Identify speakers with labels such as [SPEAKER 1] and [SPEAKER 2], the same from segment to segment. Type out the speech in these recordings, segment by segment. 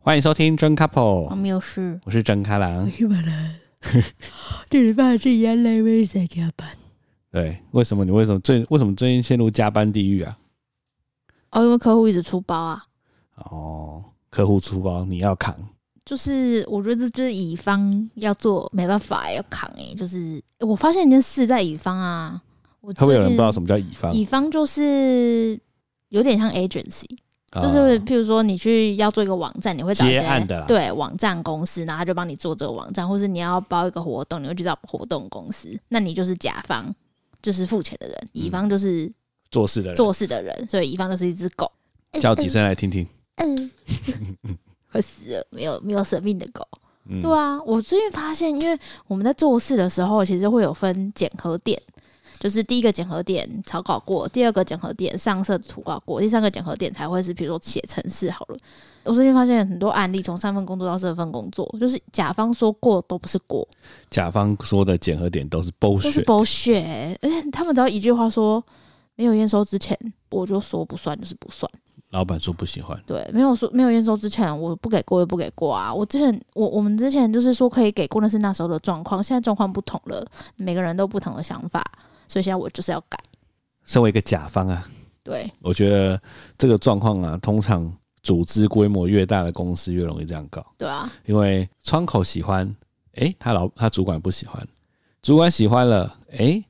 [SPEAKER 1] 欢迎收听真 couple，
[SPEAKER 2] 们有事。
[SPEAKER 1] 我是真开朗。
[SPEAKER 2] 日本人，这礼拜是原来为在加班。
[SPEAKER 1] 对，为什么你为什么最为什么最近陷入加班地狱啊？
[SPEAKER 2] 哦，因为客户一直出包啊，
[SPEAKER 1] 哦，客户出包你要扛，
[SPEAKER 2] 就是我觉得这就是乙方要做，没办法要扛哎、就是我发现一件事在乙方啊，我
[SPEAKER 1] 会不会有人不知道
[SPEAKER 2] 么？
[SPEAKER 1] 什么啊叫乙方？
[SPEAKER 2] 乙方就是有点像 agency，、就是
[SPEAKER 1] 啊
[SPEAKER 2] 譬如说你去要做一个网站，你会找一
[SPEAKER 1] 接
[SPEAKER 2] 家
[SPEAKER 1] 案的啦
[SPEAKER 2] 对网站公司，然后他就帮你做这个网站，或是你要包一个活动，你会去找活动公司，那你就是甲方，就是付钱的
[SPEAKER 1] 嗯
[SPEAKER 2] 人，乙方就是
[SPEAKER 1] 做事的人，
[SPEAKER 2] 做事的人，所以乙方就是一只狗，
[SPEAKER 1] 叫几声来听听。
[SPEAKER 2] 嗯， 快死了，没有没有生命的狗。
[SPEAKER 1] 嗯
[SPEAKER 2] 对啊，我最近发现，因为我们在做事的时候，其实会有分检核点，就是第一个检核点草稿过，第二个检核点上色图稿过，第三个检核点才会是比如说写程式好了。我最近发现很多案例，从三份工作到四份工作，就是甲方说过都不是过，
[SPEAKER 1] 甲方说的检核点都是
[SPEAKER 2] 都
[SPEAKER 1] bullshit，
[SPEAKER 2] 是 bullshit，欸而且他们只要一句话说没有验收之前，我就说不算就是不算。
[SPEAKER 1] 老板说不喜欢，
[SPEAKER 2] 对，没有说没有验收之前，我不给过也不给过啊。我之前我我们之前就是说可以给过，那是那时候的状况，现在状况不同了，每个人都不同的想法，所以现在我就是要改。
[SPEAKER 1] 身为一个甲方啊，
[SPEAKER 2] 对，
[SPEAKER 1] 我觉得这个状况啊，通常组织规模越大的公司越容易这样搞，
[SPEAKER 2] 对啊，
[SPEAKER 1] 因为窗口喜欢，诶，他老他主管不喜欢，主管喜欢了，诶，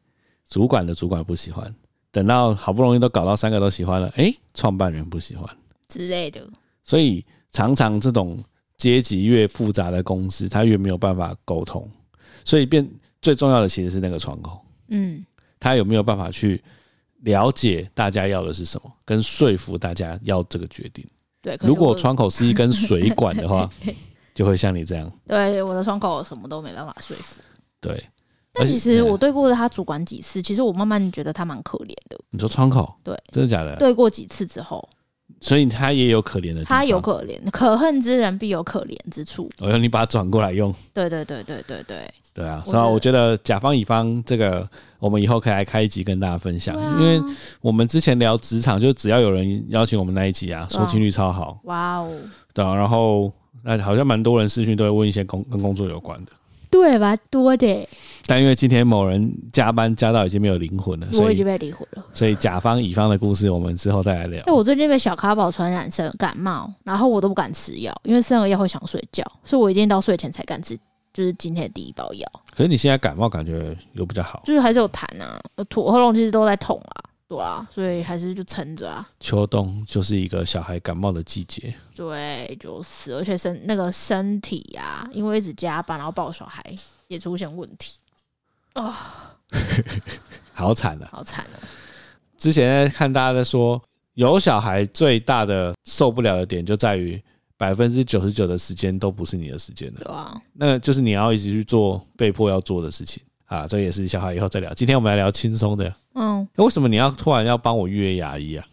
[SPEAKER 1] 主管的主管不喜欢，等到好不容易都搞到三个都喜欢了，诶，创办人不喜欢，
[SPEAKER 2] 之类的。
[SPEAKER 1] 所以常常这种阶级越复杂的公司，他越没有办法沟通，所以变最重要的其实是那个窗口。
[SPEAKER 2] 嗯，
[SPEAKER 1] 他有没有办法去了解大家要的是什么，跟说服大家要这个决定。
[SPEAKER 2] 对。可是
[SPEAKER 1] 如果
[SPEAKER 2] 我
[SPEAKER 1] 窗口是一根水管的 话，就会像你这样。
[SPEAKER 2] 对我的窗口什么都没办法说服，
[SPEAKER 1] 对，
[SPEAKER 2] 但
[SPEAKER 1] 而且
[SPEAKER 2] 其实我
[SPEAKER 1] 嗯
[SPEAKER 2] 对过他主管几次，其实我慢慢觉得他蛮可怜的。
[SPEAKER 1] 你说窗口，
[SPEAKER 2] 对，
[SPEAKER 1] 真的假的？，
[SPEAKER 2] 对过几次之后，
[SPEAKER 1] 所以他也有可怜的地方。
[SPEAKER 2] 他有可怜，可恨之人必有可怜之处。
[SPEAKER 1] 哦，我要你把它转过来用。
[SPEAKER 2] 对对对对对对，
[SPEAKER 1] 对啊，
[SPEAKER 2] 我
[SPEAKER 1] 所以
[SPEAKER 2] 觉得
[SPEAKER 1] 我觉得甲方乙方这个，我们以后可以来开一集跟大家分享，
[SPEAKER 2] 对啊
[SPEAKER 1] 因为我们之前聊职场，就只要有人邀请我们那一集啊，
[SPEAKER 2] 对啊
[SPEAKER 1] 收听率超好，
[SPEAKER 2] 哇哦，
[SPEAKER 1] 对啊，然后那好像蛮多人私讯都会问一些工跟工作有关的。
[SPEAKER 2] 对吧？多的，
[SPEAKER 1] 但因为今天某人加班加到已经没有灵魂了，
[SPEAKER 2] 我
[SPEAKER 1] 所
[SPEAKER 2] 已经
[SPEAKER 1] 以
[SPEAKER 2] 被离婚了。
[SPEAKER 1] 所以甲方乙方的故事我们之后再来聊
[SPEAKER 2] 哎，。我最近被小咖宝传染生感冒，然后我都不敢吃药，因为吃那个药会想睡觉，所以我一定到睡前才敢吃，就是今天的第一包药，
[SPEAKER 1] 可是你现在感冒感觉有比较好，
[SPEAKER 2] 就是还是有痰啊，我吐我喉咙其实都在痛啊，对啊，所以还是就撑着啊，
[SPEAKER 1] 秋冬就是一个小孩感冒的季节，
[SPEAKER 2] 对，就是，而且身那个身体啊，因为一直加班，然后抱小孩也出现问题，啊、
[SPEAKER 1] 好惨啊！
[SPEAKER 2] 好惨啊！
[SPEAKER 1] 之前看大家在说，有小孩最大的受不了的点就在于百分之九十九的时间都不是你的时间了，
[SPEAKER 2] 对啊，
[SPEAKER 1] 那就是你要一直去做被迫要做的事情啊。这也是小孩以后再聊。今天我们来聊轻松的，
[SPEAKER 2] 嗯，
[SPEAKER 1] 那为什么你要突然要帮我约牙医啊？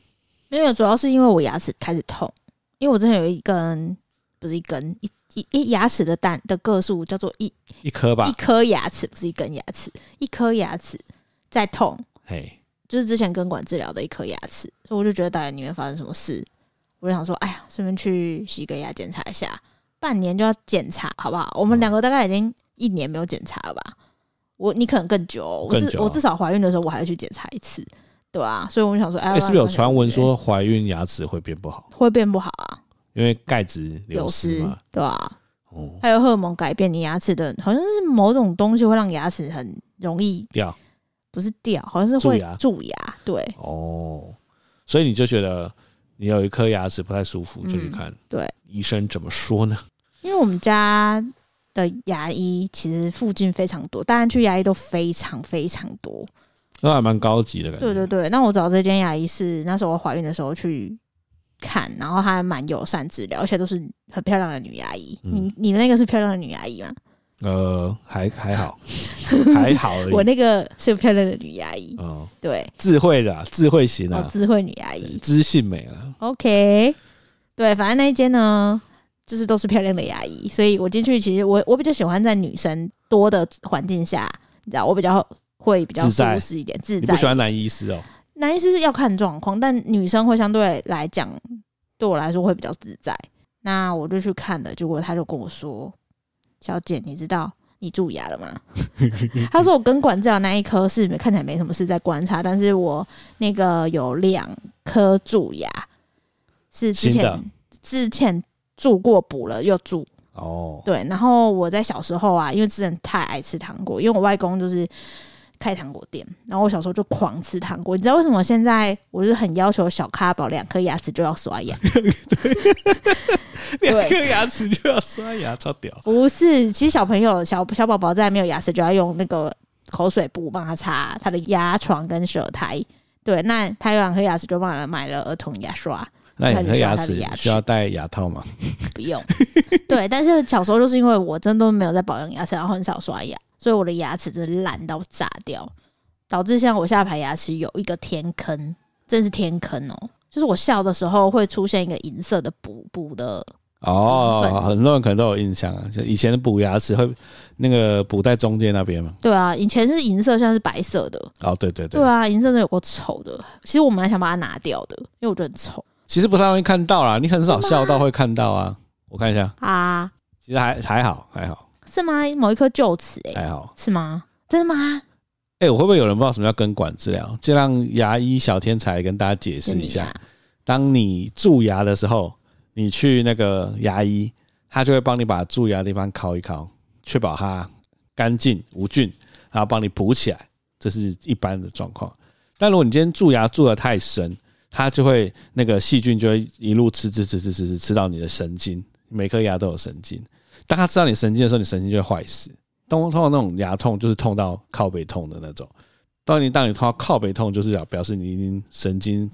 [SPEAKER 2] 没有，主要是因为我牙齿开始痛，因为我之前有一根，不是一根，一一一牙齿的蛋的个数叫做一
[SPEAKER 1] 一颗吧
[SPEAKER 2] 一，颗啊牙齿，不是一根牙齿，一颗牙齿在痛，
[SPEAKER 1] 嘿，
[SPEAKER 2] 就是之前根管治疗的一颗牙齿，所以我就觉得到底里面发生什么事，我就想说，哎呀，顺便去洗个牙检查一下，半年就要检查，好不好？我们两个大概已经一年没有检查了吧？我你可能更久哦，我
[SPEAKER 1] 更
[SPEAKER 2] 至
[SPEAKER 1] 久啊
[SPEAKER 2] 我至少怀孕的时候我还要去检查一次，对啊，所以我就想说，哎，
[SPEAKER 1] 哎、
[SPEAKER 2] 我
[SPEAKER 1] 是不是有传闻
[SPEAKER 2] 要
[SPEAKER 1] 说怀孕牙齿会变不好，
[SPEAKER 2] 会变不好啊？
[SPEAKER 1] 因为钙质流
[SPEAKER 2] 流
[SPEAKER 1] 失
[SPEAKER 2] 失
[SPEAKER 1] 嘛？，
[SPEAKER 2] 对啊，
[SPEAKER 1] 哦，
[SPEAKER 2] 还有荷尔蒙改变你牙齿的，好像是某种东西会让牙齿很容易
[SPEAKER 1] 掉
[SPEAKER 2] 不是掉，好像是会
[SPEAKER 1] 蛀牙
[SPEAKER 2] 蛀牙，对
[SPEAKER 1] 哦，所以你就觉得你有一颗牙齿不太舒服，就去
[SPEAKER 2] 嗯
[SPEAKER 1] 看、
[SPEAKER 2] 对，
[SPEAKER 1] 医生怎么说呢？
[SPEAKER 2] 因为我们家的牙医其实附近非常多，大家去牙医都非常非常多，
[SPEAKER 1] 那还蛮高级的感觉。
[SPEAKER 2] 对对对。那我找这间牙医是那时候我怀孕的时候去看，然后他还蛮友善治疗，而且都是很漂亮的女牙医。
[SPEAKER 1] 嗯
[SPEAKER 2] 你你的那个是漂亮的女牙医吗？
[SPEAKER 1] 呃，还还 好，还好而已。
[SPEAKER 2] 我那个是漂亮的女牙医，
[SPEAKER 1] 嗯，
[SPEAKER 2] 对，
[SPEAKER 1] 智慧的啊、智慧型
[SPEAKER 2] 哦，
[SPEAKER 1] 啊，
[SPEAKER 2] 智慧女牙医。
[SPEAKER 1] 知性美啊，
[SPEAKER 2] OK，对，反正那一间呢，就是都是漂亮的牙医，所以我进去其实我我比较喜欢在女生多的环境下，你知道，我比较会比较
[SPEAKER 1] 自
[SPEAKER 2] 舒
[SPEAKER 1] 在
[SPEAKER 2] 适一点，自
[SPEAKER 1] 你
[SPEAKER 2] 在
[SPEAKER 1] 不。喜欢男医师哦？
[SPEAKER 2] 男医师是要看状况，但女生会相对来讲，对我来说会比较自在。那我就去看了，结果他就跟我说：“小姐，你知道你蛀牙 了吗？”他说：“我根管治疗那一颗是看起来没什么事在观察，但是我那个有两颗蛀牙，是之
[SPEAKER 1] 新的
[SPEAKER 2] 前之前蛀过补了又蛀
[SPEAKER 1] 哦，
[SPEAKER 2] 对，然后我在小时候啊，因为之前太爱吃糖果，因为我外公就是开糖果店，然后我小时候就狂吃糖果。你知道为什么现在我就是很要求小咖宝两颗牙齿就要刷牙？ 对
[SPEAKER 1] 两颗牙齿就要刷牙，超 屌。
[SPEAKER 2] 不是，其实小朋友小小宝宝在没有牙齿就要用那个口水布帮他擦他的牙床跟舌苔。对，那他有两颗牙齿就帮他买了儿童牙刷。
[SPEAKER 1] 那
[SPEAKER 2] 开
[SPEAKER 1] 两
[SPEAKER 2] 始
[SPEAKER 1] 颗
[SPEAKER 2] 刷
[SPEAKER 1] 牙
[SPEAKER 2] 他的
[SPEAKER 1] 齿
[SPEAKER 2] 牙齿
[SPEAKER 1] 需要戴牙套吗？
[SPEAKER 2] 不用。 对，但是小时候就是因为我真的都没有在保养牙齿，然后很少刷牙，所以我的牙齿真的烂到炸掉，导致像我下排牙齿有一个天坑，真是天坑哦！就是我笑的时候会出现一个银色的补补的，
[SPEAKER 1] 哦，
[SPEAKER 2] 粉
[SPEAKER 1] 很多人可能都有印象啊，就以前的补牙齿会那个补在中间那边嘛。
[SPEAKER 2] 对啊，以前是银色，现在是白色的，
[SPEAKER 1] 哦，对对对，
[SPEAKER 2] 对啊，银色的有够丑的，其实我蛮想把它拿掉的，因为我觉得很丑
[SPEAKER 1] 其实不太容易看到啦，你很少笑到会看到啊。我看一下，
[SPEAKER 2] 啊，
[SPEAKER 1] 其实还还好，还好，
[SPEAKER 2] 是吗？某一颗臼齿，哎，
[SPEAKER 1] 还好。
[SPEAKER 2] 是吗？真的吗？
[SPEAKER 1] 哎、我会不会有人不知道什么叫根管治疗？就让牙医小天才跟大家解释
[SPEAKER 2] 是
[SPEAKER 1] 一
[SPEAKER 2] 你
[SPEAKER 1] 下
[SPEAKER 2] 啊。，
[SPEAKER 1] 当你蛀牙的时候，你去那个牙医，他就会帮你把蛀牙的地方敲一敲，确保它干净无菌，然后帮你补起来。这是一般的状况。但如果你今天蛀牙蛀得太深，它就会那个细菌就会一路吃吃吃吃吃吃吃到你的神经，每颗牙都有神经。当它吃到你神经的时候，你神经就会坏死。通通常那种牙痛就是痛到靠背痛的那种。当你当你痛到靠背痛，就是表示你已经神经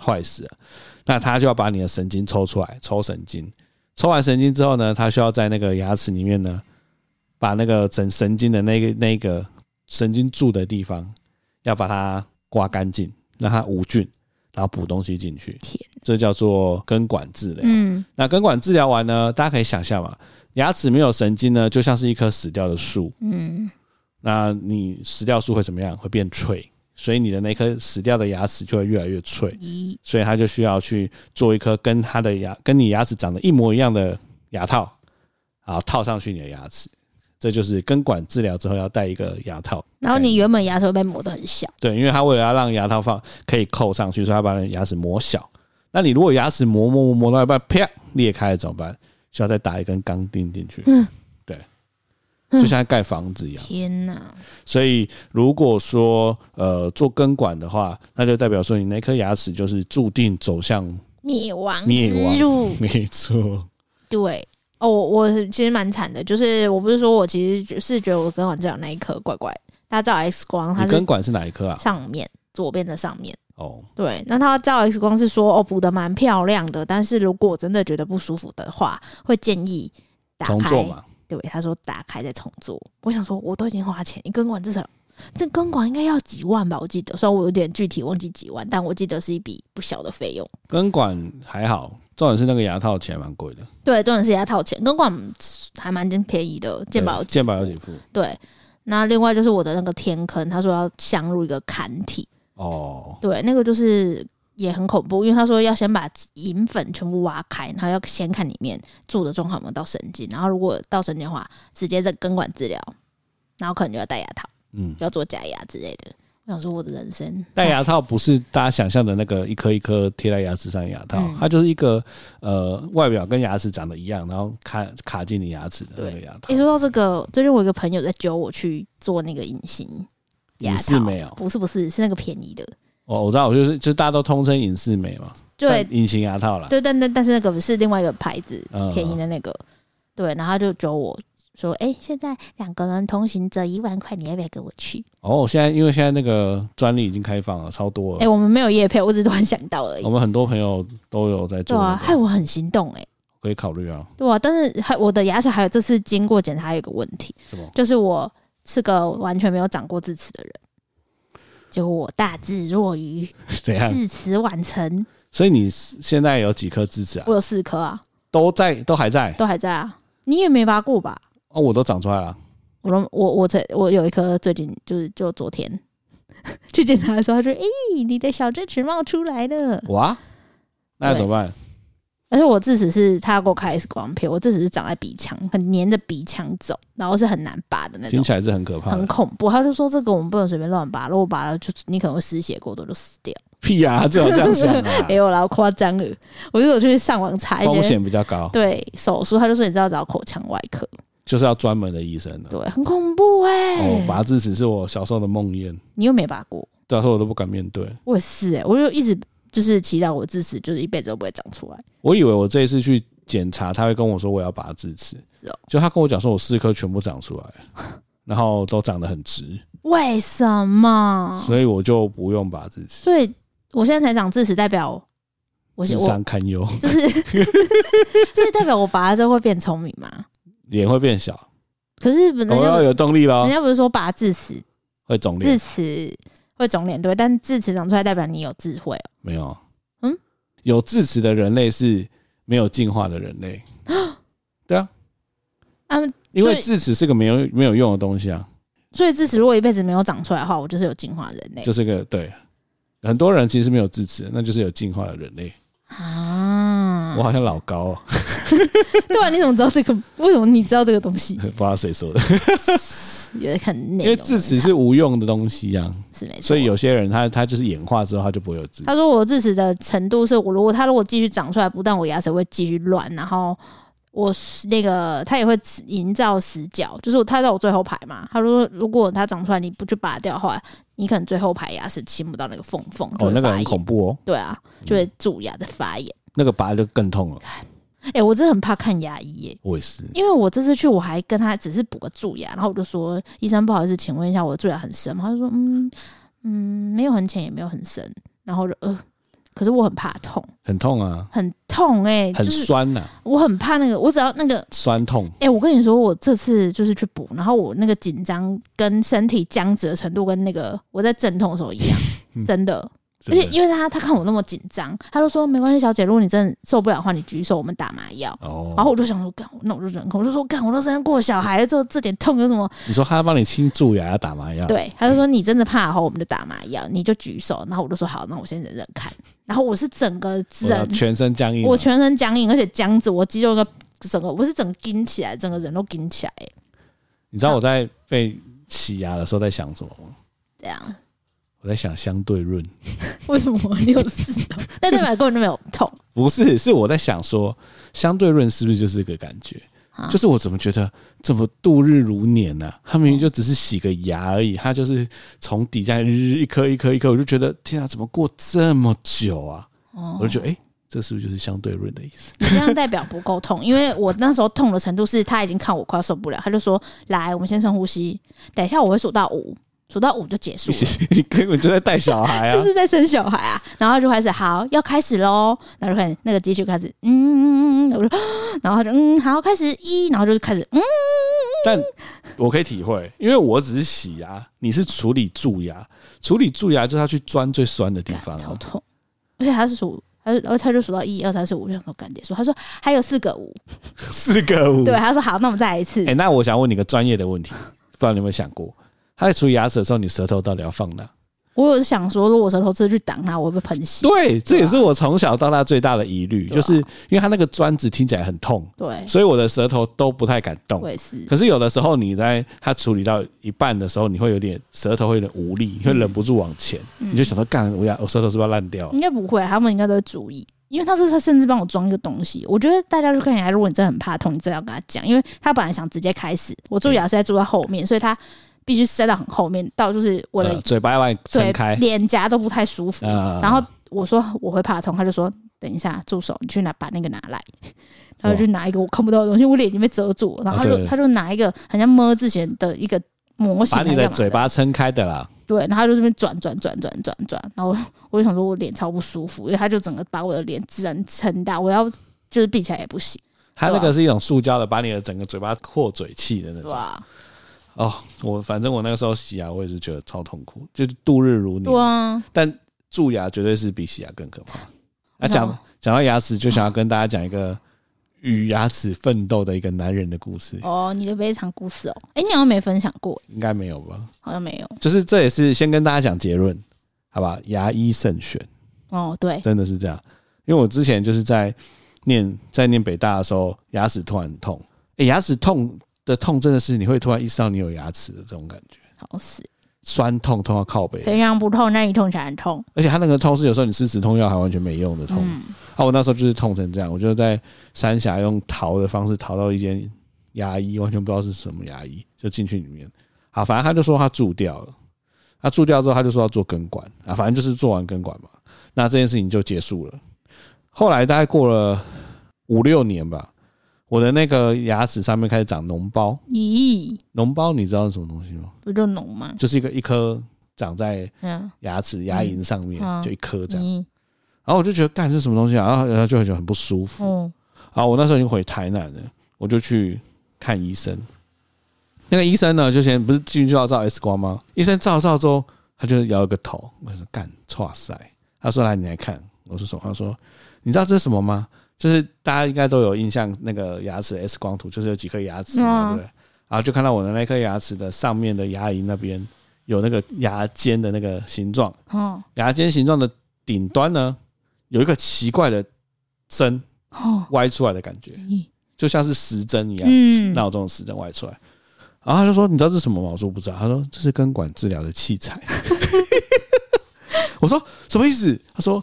[SPEAKER 1] 坏死了，那他就要把你的神经抽出来，抽神经。抽完神经之后呢，他需要在那个牙齿里面呢，把那个整神经的那个那个神经住的地方，要把它刮干净，让它无菌，然后补东西进去
[SPEAKER 2] 天。
[SPEAKER 1] 这叫做根管治疗。
[SPEAKER 2] 嗯，
[SPEAKER 1] 那根管治疗完呢，大家可以想象嘛，牙齿没有神经呢，就像是一棵死掉的树，
[SPEAKER 2] 嗯，
[SPEAKER 1] 那你死掉树会怎么样？会变脆，所以你的那颗死掉的牙齿就会越来越脆。
[SPEAKER 2] 咦，
[SPEAKER 1] 所以他就需要去做一颗跟他的牙跟你牙齿长得一模一样的牙套，然后套上去你的牙齿。这就是根管治疗之后要戴一个牙套，
[SPEAKER 2] 然后你原本牙齿会被磨得很小。
[SPEAKER 1] 对，因为他为了要让牙套放可以扣上去，所以他把你牙齿磨小。那你如果牙齿磨磨磨磨到一半，啪裂开了怎么办？需要再打一根钢钉进去，
[SPEAKER 2] 嗯
[SPEAKER 1] 对，就像在盖房子一样。
[SPEAKER 2] 天哪！
[SPEAKER 1] 所以如果说呃做根管的话，那就代表说你那颗牙齿就是注定走向
[SPEAKER 2] 灭亡
[SPEAKER 1] 灭亡
[SPEAKER 2] 之路，
[SPEAKER 1] 没错，
[SPEAKER 2] 对。哦，我我其实蛮惨的，就是我不是说我其实就是觉得我根管治疗那一颗怪怪的，大家照 X 光它
[SPEAKER 1] 你
[SPEAKER 2] 是
[SPEAKER 1] 根管是哪一颗啊？
[SPEAKER 2] 上面左边的上面，
[SPEAKER 1] 哦，
[SPEAKER 2] 对，那他照 X 光是说哦补的蛮漂亮的，但是如果我真的觉得不舒服的话，会建议打
[SPEAKER 1] 重
[SPEAKER 2] 开，
[SPEAKER 1] 做嘛，
[SPEAKER 2] 对，他说打开再重做。我想说我都已经花钱，一根管至少这根管应该要几万吧，我记得，虽然我有点具体忘记几万，但我记得是一笔不小的费用。
[SPEAKER 1] 根管还好，重点是那个牙套钱蛮贵的，
[SPEAKER 2] 对，重点是牙套钱，根管还蛮便宜的，健保
[SPEAKER 1] 对健保有几副
[SPEAKER 2] 对。那另外就是我的那个天坑，他说要镶入一个坎体，
[SPEAKER 1] 哦，
[SPEAKER 2] 对，那个就是也很恐怖，因为他说要先把银粉全部挖开，然后要先看里面住的状况有没有到神经，然后如果到神经的话，直接再根管治疗，然后可能就要戴牙套，
[SPEAKER 1] 嗯，
[SPEAKER 2] 要做假牙之类的。我想说我的人生，
[SPEAKER 1] 戴牙套不是大家想象的那个一颗一颗贴在牙齿上的牙套，
[SPEAKER 2] 嗯
[SPEAKER 1] 它就是一个呃外表跟牙齿长得一样，然后卡卡进你牙齿的那个
[SPEAKER 2] 对
[SPEAKER 1] 牙套
[SPEAKER 2] 一、。说到这个，最近我有一个朋友在揪我去做那个隐形
[SPEAKER 1] 隐
[SPEAKER 2] 牙
[SPEAKER 1] 适
[SPEAKER 2] 套，
[SPEAKER 1] 美哦，
[SPEAKER 2] 不是不是，是那个便宜的，
[SPEAKER 1] 哦，我知道，我就是就是大家都通称隐适美嘛，
[SPEAKER 2] 对
[SPEAKER 1] 但隐形牙套啦，
[SPEAKER 2] 对，但但但是那个是另外一个牌子，
[SPEAKER 1] 嗯
[SPEAKER 2] 便宜的那个。对，然后他就揪我说：“哎、现在两个人通行折一万块，你要不要跟我去
[SPEAKER 1] 哦，现在因为现在那个专利已经开放了，超？”多
[SPEAKER 2] 哎、
[SPEAKER 1] 了，
[SPEAKER 2] 我们没有夜配，我只是突然想到而已
[SPEAKER 1] 我。们很多朋友都有在
[SPEAKER 2] 对
[SPEAKER 1] 哦做
[SPEAKER 2] 啊，
[SPEAKER 1] 那
[SPEAKER 2] 害
[SPEAKER 1] 个，
[SPEAKER 2] 我很心动哎、
[SPEAKER 1] 可以考虑啊，
[SPEAKER 2] 对啊，但是还我的牙齿还有这次经过检查还有一个问题，
[SPEAKER 1] 什么？
[SPEAKER 2] 就是我是个完全没有长过智齿的人，结果我大智若愚，
[SPEAKER 1] 怎样？
[SPEAKER 2] 智齿晚成，
[SPEAKER 1] 所以你现在有几颗智齿啊
[SPEAKER 2] 我？有四颗啊，
[SPEAKER 1] 都在，都还在
[SPEAKER 2] 都还在啊，你也没拔过吧？
[SPEAKER 1] 哦，我都长出来了。
[SPEAKER 2] 我都我我这我有一颗最近就是就昨天 去检查的时候，他说：“诶、你的小智齿冒出来了。
[SPEAKER 1] 哇，那要怎么办？”
[SPEAKER 2] 而且我智齿是他给我开 X 光片，我智齿是长在鼻腔，很黏着鼻腔走，然后是很难拔的那
[SPEAKER 1] 听
[SPEAKER 2] 种，
[SPEAKER 1] 起来是很可怕欸
[SPEAKER 2] 很
[SPEAKER 1] 的。
[SPEAKER 2] 恐怖。他就说这个我们不能随便乱拔，如果拔了就你可能会失血过多就死掉。
[SPEAKER 1] 屁呀、最好这样想 啊
[SPEAKER 2] 没，有啦，我夸张了。我就有去上网查一
[SPEAKER 1] 风
[SPEAKER 2] 些
[SPEAKER 1] 险比较高，
[SPEAKER 2] 对手术，他就说你知道找口腔外科，
[SPEAKER 1] 就是要专门的医生了。
[SPEAKER 2] 对，很恐怖哎、
[SPEAKER 1] 哦，拔智齿是我小时候的梦魇，
[SPEAKER 2] 你又没拔过，
[SPEAKER 1] 到时候我都不敢面对。
[SPEAKER 2] 我也是哎、我就一直就是祈祷我智齿就是一辈子都不会长出来。
[SPEAKER 1] 我以为我这一次去检查，他会跟我说我要拔智齿
[SPEAKER 2] 是哦，
[SPEAKER 1] 就他跟我讲说我四颗全部长出来， 然后都长得很直，
[SPEAKER 2] 为什么？
[SPEAKER 1] 所以我就不用拔智齿。
[SPEAKER 2] 哦所以我现在才长智齿，代表我
[SPEAKER 1] 智
[SPEAKER 2] 是我
[SPEAKER 1] 商堪忧，
[SPEAKER 2] 就是， 所以代表我拔了之后会变聪明嘛？
[SPEAKER 1] 脸会变小，
[SPEAKER 2] 可是人
[SPEAKER 1] 我要
[SPEAKER 2] 家
[SPEAKER 1] 有啊动力了
[SPEAKER 2] 人，家不是说拔智齿，
[SPEAKER 1] 会肿
[SPEAKER 2] 智
[SPEAKER 1] 脸
[SPEAKER 2] 齿会肿脸对，但智齿长出来代表你有智慧哦。
[SPEAKER 1] 没有？
[SPEAKER 2] 嗯，
[SPEAKER 1] 有智齿的人类是没有进化的人类，对啊，
[SPEAKER 2] 啊，
[SPEAKER 1] 因
[SPEAKER 2] 所
[SPEAKER 1] 为
[SPEAKER 2] 以
[SPEAKER 1] 智齿是个没有没有用的东西啊，
[SPEAKER 2] 所以智齿如果一辈子没有长出来的话，我就是有进化人类
[SPEAKER 1] 就是个对。很多人其实没有智齿，那就是有进化的人类。
[SPEAKER 2] 啊嗯
[SPEAKER 1] 我。好像老高、哦，
[SPEAKER 2] 对啊，你怎么知道这个？为什么你知道这个东西
[SPEAKER 1] 不？知道谁说的。
[SPEAKER 2] 有点很内
[SPEAKER 1] 因为
[SPEAKER 2] 容
[SPEAKER 1] 智齿是无用的东西啊，
[SPEAKER 2] 是没错，
[SPEAKER 1] 所以有些人他他就是演化之后他就不会有哦智齿。
[SPEAKER 2] 他说我智齿的程度是我如果它如果继续长出来，不但我牙齿会继续乱，然后我是那个它也会营造死角，就是我它在我最后排嘛。他说如果它长出来你不去拔掉的话，你可能最后排牙齿亲不到那个缝缝，
[SPEAKER 1] 哦，
[SPEAKER 2] 就会
[SPEAKER 1] 那个
[SPEAKER 2] 发
[SPEAKER 1] 很
[SPEAKER 2] 炎。
[SPEAKER 1] 恐怖哦，
[SPEAKER 2] 对啊，就会蛀牙的发炎。
[SPEAKER 1] 那个拔就更痛了。
[SPEAKER 2] 哎、我真的很怕看牙医耶、
[SPEAKER 1] 我也是，
[SPEAKER 2] 因为我这次去，我还跟他只是补个蛀牙，然后我就说医生不好意思，请问一下我的蛀牙很深吗？他就说嗯嗯，没有很浅，也没有很深。然后我就呃，可是我很怕痛，
[SPEAKER 1] 很痛啊，
[SPEAKER 2] 很痛哎、
[SPEAKER 1] 很
[SPEAKER 2] 就是
[SPEAKER 1] 酸呐、
[SPEAKER 2] 我很怕那个，我只要那个
[SPEAKER 1] 酸痛。
[SPEAKER 2] 哎、我跟你说，我这次就是去补，然后我那个紧张跟身体僵直的程度，跟那个我在阵痛的时候一 样，真的。而
[SPEAKER 1] 真
[SPEAKER 2] 且
[SPEAKER 1] 的
[SPEAKER 2] 因为他他看我那么紧张，他就说没关系，小姐，如果你真的受不了的话，你举手，我们打麻药。
[SPEAKER 1] 哦，
[SPEAKER 2] 然后我就想说，干，那我就忍口，我就说，干，我都生过小孩了，之后这点痛有 什么？
[SPEAKER 1] 你说他帮你清蛀牙要打麻药，
[SPEAKER 2] 对，他就说你真的怕的话，我们就打麻药，你就举手。然后我就说好，那我先忍忍看。然后我是整个
[SPEAKER 1] 我要
[SPEAKER 2] 人，
[SPEAKER 1] 全身僵硬啊、
[SPEAKER 2] 我全身僵硬，而且僵直，我肌肉个整个我是整个筋起来，整个人都筋起来，
[SPEAKER 1] 你知道我在被洗牙的时候在想什么吗？
[SPEAKER 2] 这样。
[SPEAKER 1] 我在想相对论，
[SPEAKER 2] 为什么我六四？那代表根本就没有痛
[SPEAKER 1] 不是，是我在想说相对论是不是就是这个感觉？
[SPEAKER 2] 啊
[SPEAKER 1] 就是我怎么觉得怎么度日如年呢、啊？他明明就只是洗个牙而已，他就是从底下一颗一颗一颗，我就觉得天啊，怎么过这么久啊？
[SPEAKER 2] 哦
[SPEAKER 1] 我就觉得哎、诶这是不是就是相对论的意思？
[SPEAKER 2] 你这样代表不够痛，因为我那时候痛的程度是他已经看我快要受不了，他就说：“来，我们先深呼吸，等一下我会数到五，数到五就结束了。”
[SPEAKER 1] 你根本就在带小孩啊
[SPEAKER 2] 啊就！是在生小孩啊，然后就开始好要开始喽，然后就开始那个继续开始，嗯，嗯嗯嗯我就， 然后他就嗯好开始一，然后就开始嗯，
[SPEAKER 1] 但我可以体会，因为我只是洗牙，你是处理蛀牙，处理蛀牙就是要去钻最酸的地方、
[SPEAKER 2] 超
[SPEAKER 1] 啊。
[SPEAKER 2] 痛，而且他是数，他就然后他就数到一二三四五，我就想说干结束，他说还有四个五，
[SPEAKER 1] 四个五，
[SPEAKER 2] 对，他啊说好，那我们再来一次
[SPEAKER 1] 哎、，那我想问你个专业的问题，不知道你有没有想过，他在处理牙齿的时候，你舌头到底要放哪？
[SPEAKER 2] 我有想说，如果我舌头真的去挡他，我会被喷血，
[SPEAKER 1] 对，这也是我从小到大最大的疑虑，
[SPEAKER 2] 啊对啊
[SPEAKER 1] 就是因为它那个砖子听起来很痛，
[SPEAKER 2] 对，
[SPEAKER 1] 所以我的舌头都不太敢动
[SPEAKER 2] 我。也是，
[SPEAKER 1] 可是有的时候你在它处理到一半的时候，你会有点舌头会有点无力，你会
[SPEAKER 2] 嗯
[SPEAKER 1] 忍不住往前，你就想到干我牙我舌头是不是要烂掉了？
[SPEAKER 2] 应该不会，他们应该都会注意。因为他是他甚至帮我装一个东西，我觉得大家去看牙，如果你真的很怕痛，你真的要跟他讲，因为他本来想直接开始，我蛀牙是在蛀到后面，所以他必须塞到很后面，到就是我
[SPEAKER 1] 呃
[SPEAKER 2] 的
[SPEAKER 1] 嘴巴要把你
[SPEAKER 2] 嘴
[SPEAKER 1] 撑开，
[SPEAKER 2] 脸颊都不太舒服。
[SPEAKER 1] 啊
[SPEAKER 2] 然后我说我会怕痛，他就说等一下住手，你去拿把那个拿 来，然后就拿一个我看不到的东西，我脸已经被遮住了，然后他
[SPEAKER 1] 啊
[SPEAKER 2] 就、
[SPEAKER 1] 对
[SPEAKER 2] 他就拿一个很像么字形的一个模型
[SPEAKER 1] 把
[SPEAKER 2] 来干嘛，
[SPEAKER 1] 你的嘴巴撑开的啦，
[SPEAKER 2] 对，然后他就这边转转转转转转，然后我就想说我脸超不舒服，因为他就整个把我的脸自然撑大，我要就是闭起来也不行，
[SPEAKER 1] 它那个是一种塑胶的，把你的整个嘴巴扩嘴器的那
[SPEAKER 2] 啊对啊
[SPEAKER 1] 种。
[SPEAKER 2] 吧？
[SPEAKER 1] 哦，我反正我那个时候洗牙，我也是觉得超痛苦，就是度日如年。
[SPEAKER 2] 对啊，
[SPEAKER 1] 但蛀牙绝对是比洗牙更可怕。那
[SPEAKER 2] 我
[SPEAKER 1] 讲
[SPEAKER 2] 想
[SPEAKER 1] 讲到牙齿，就想要跟大家讲一个与牙齿奋斗的一个男人的故事，
[SPEAKER 2] 哦，你的悲惨故事哦，哎、你好像没分享过，
[SPEAKER 1] 应该没有吧？
[SPEAKER 2] 好像没有，
[SPEAKER 1] 就是这也是先跟大家讲结论，好吧？牙医慎选，
[SPEAKER 2] 哦，对，
[SPEAKER 1] 真的是这样，因为我之前就是在念在念北大的时候，牙齿突然很痛，哎、牙齿痛的痛真的是你会突然意识到你有牙齿的这种感觉，
[SPEAKER 2] 好死，
[SPEAKER 1] 酸痛痛到靠背，
[SPEAKER 2] 平常不痛，那你痛起来很痛。
[SPEAKER 1] 而且它那个痛是有时候你吃止痛药还完全没用的痛。
[SPEAKER 2] 嗯，
[SPEAKER 1] 啊，我那时候就是痛成这样，我就在三峡用逃的方式逃到一间牙医，完全不知道是什么牙医，就进去里面。啊，反正他就说他蛀掉了，他蛀掉之后他就说要做根管啊，反正就是做完根管嘛，那这件事情就结束了。后来大概过了五六年吧，我的那个牙齿上面开始长脓包，
[SPEAKER 2] 咦，
[SPEAKER 1] 脓包你知道是什么东西吗？
[SPEAKER 2] 不就脓吗？
[SPEAKER 1] 就是一个一颗长在
[SPEAKER 2] 嗯，
[SPEAKER 1] 牙齿牙龈上面，
[SPEAKER 2] 嗯
[SPEAKER 1] 就一颗这样。
[SPEAKER 2] 咦，
[SPEAKER 1] 然后我就觉得干是什么东西啊，然后然后就很很不舒服。
[SPEAKER 2] 哦，
[SPEAKER 1] 啊，我那时候已经回台南了，我就去看医生。那个医生呢，就先不是进去就要照 X 光吗？医生照照之后，他就摇了个头，我说干，哇塞！他说来，你来看。我说什么？他说你知道这是什么吗？就是大家应该都有印象，那个牙齿 X 光图就是有几颗牙齿嘛，对
[SPEAKER 2] 嗯
[SPEAKER 1] 不对？然后就看到我的那颗牙齿的上面的牙龈那边有那个牙尖的那个形状，
[SPEAKER 2] 哦，
[SPEAKER 1] 牙尖形状的顶端呢有一个奇怪的针
[SPEAKER 2] 哦，
[SPEAKER 1] 歪出来的感觉。
[SPEAKER 2] 咦，
[SPEAKER 1] 就像是时针一样，
[SPEAKER 2] 嗯
[SPEAKER 1] 闹钟的时针外出来。然后他就说：“你知道这是什么吗？”我说：“不知道。”他说：“这是根管治疗的器材。” 我说：“什么意思？”他说：“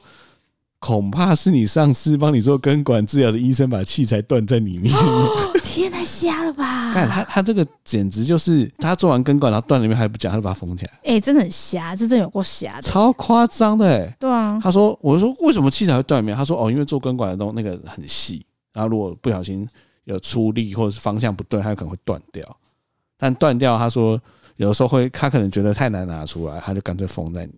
[SPEAKER 1] 恐怕是你上司帮你做根管治疗的医生把器材断在里面。
[SPEAKER 2] 哦，天，太瞎了吧？
[SPEAKER 1] 看他，他这个简直就是他做完根管，然后断里面还不讲，他就把它缝起来，
[SPEAKER 2] 哎、真的很瞎，这真的有够瞎的。
[SPEAKER 1] 超夸张的、欸。
[SPEAKER 2] 对啊，
[SPEAKER 1] 他说：“我就说为什么器材会断面？”他说：“哦，因为做根管的东那个很细，然后如果不小心有出力或者是方向不对，它有可能会断掉。但断掉，他说有的时候会，他可能觉得太难拿出来，他就干脆封在你。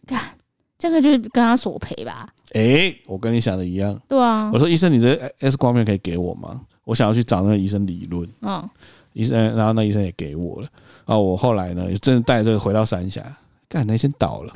[SPEAKER 2] 这个就是跟他索赔吧？
[SPEAKER 1] 诶、我跟你想的一样。
[SPEAKER 2] 对啊
[SPEAKER 1] 我，说医生，你这 X 光片可以给我吗？我想要去找那个医生理论。
[SPEAKER 2] 嗯，
[SPEAKER 1] 医生，然后那医生也给我了。啊，我后来呢，真的带这个回到三峡，干那医生倒了。”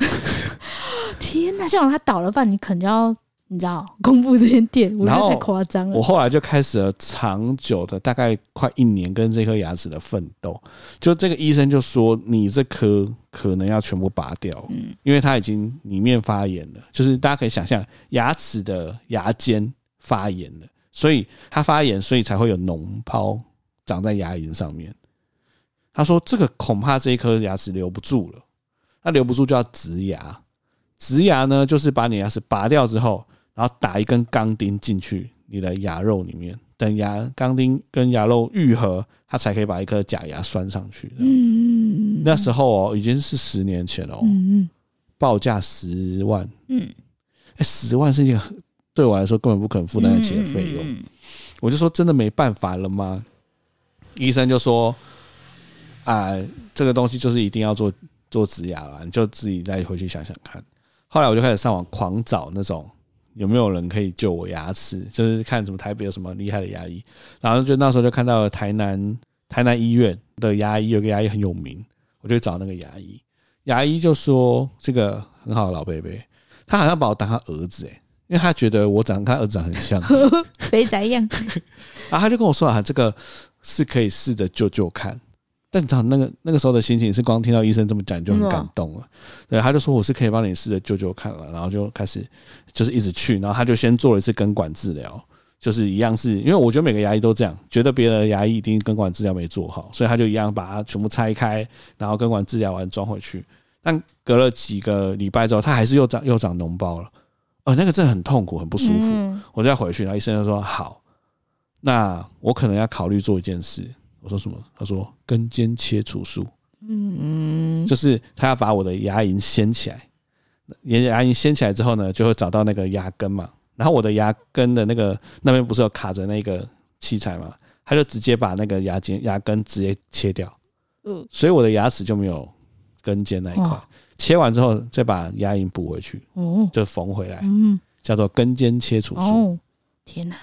[SPEAKER 2] 天哪，这种他倒了饭，你可能就要你知道公布这间店，我觉
[SPEAKER 1] 然
[SPEAKER 2] 得
[SPEAKER 1] 后
[SPEAKER 2] 太夸张
[SPEAKER 1] 我
[SPEAKER 2] 了。
[SPEAKER 1] 后来就开始了长久的，大概快一年跟这颗牙齿的奋斗。就这个医生就说，你这颗可能要全部拔掉，
[SPEAKER 2] 嗯
[SPEAKER 1] 因为它已经里面发炎了。就是大家可以想象，牙齿的牙尖发炎了，所以它发炎，所以才会有脓泡长在牙龈上面。他说，这个恐怕这一颗牙齿留不住了，那留不住就要植牙。植牙呢，就是把你的牙齿拔掉之后，然后打一根钢钉进去你的牙肉里面，等牙钢钉跟牙肉愈合，它才可以把一颗假牙拴上去。
[SPEAKER 2] 嗯，
[SPEAKER 1] 那时候哦，已经是十年前了哦，
[SPEAKER 2] 嗯
[SPEAKER 1] 报价十万，
[SPEAKER 2] 嗯嗯，
[SPEAKER 1] 哎，十万是一个很对我来说根本不可能负担得起的费用。
[SPEAKER 2] 嗯
[SPEAKER 1] 我就说真的没办法了吗？医生就说啊、这个东西就是一定要做做植牙了，你就自己再回去想想看。后来我就开始上网狂找那种有没有人可以救我牙齿，就是看什么台北有什么厉害的牙医，然后就那时候就看到了台南台南医院的牙医有个牙医很有名，我就去找那个牙医，牙医就说这个很好的老贝贝，他好像把我当他儿子诶、欸因为他觉得我长得跟他儿子长得很像，
[SPEAKER 2] 嗯肥宅样，
[SPEAKER 1] 然后他就跟我说啊，这个是可以试着救救看。但你知道那个那个时候的心情是，光听到医生这么讲你就很感动了。对，他就说我是可以帮你试着救救看了，然后就开始就是一直去，然后他就先做了一次根管治疗，就是一样是因为我觉得每个牙医都这样，觉得别的牙医一定根管治疗没做好，所以他就一样把它全部拆开，然后根管治疗完装回去。但隔了几个礼拜之后，他还是又长又长脓包了，呃，那个真的很痛 苦，很不舒服。
[SPEAKER 2] 嗯
[SPEAKER 1] 我就要回去，然后医生就说好，那我可能要考虑做一件事。我说什么？他说根尖切除术，
[SPEAKER 2] 嗯，
[SPEAKER 1] 就是他要把我的牙龈掀起来，牙牙龈掀起来之后呢，就会找到那个牙根嘛。然后我的牙根的那个那边不是有卡着那个器材嘛，他就直接把那个牙尖牙根直接切掉，
[SPEAKER 2] 嗯哦
[SPEAKER 1] 所以我的牙齿就没有根尖那一块
[SPEAKER 2] 哇。
[SPEAKER 1] 切完之后再把牙龈补回去，
[SPEAKER 2] 哦，
[SPEAKER 1] 就哎缝回来，
[SPEAKER 2] 嗯
[SPEAKER 1] 叫做根尖切除术。
[SPEAKER 2] 哦，天哪，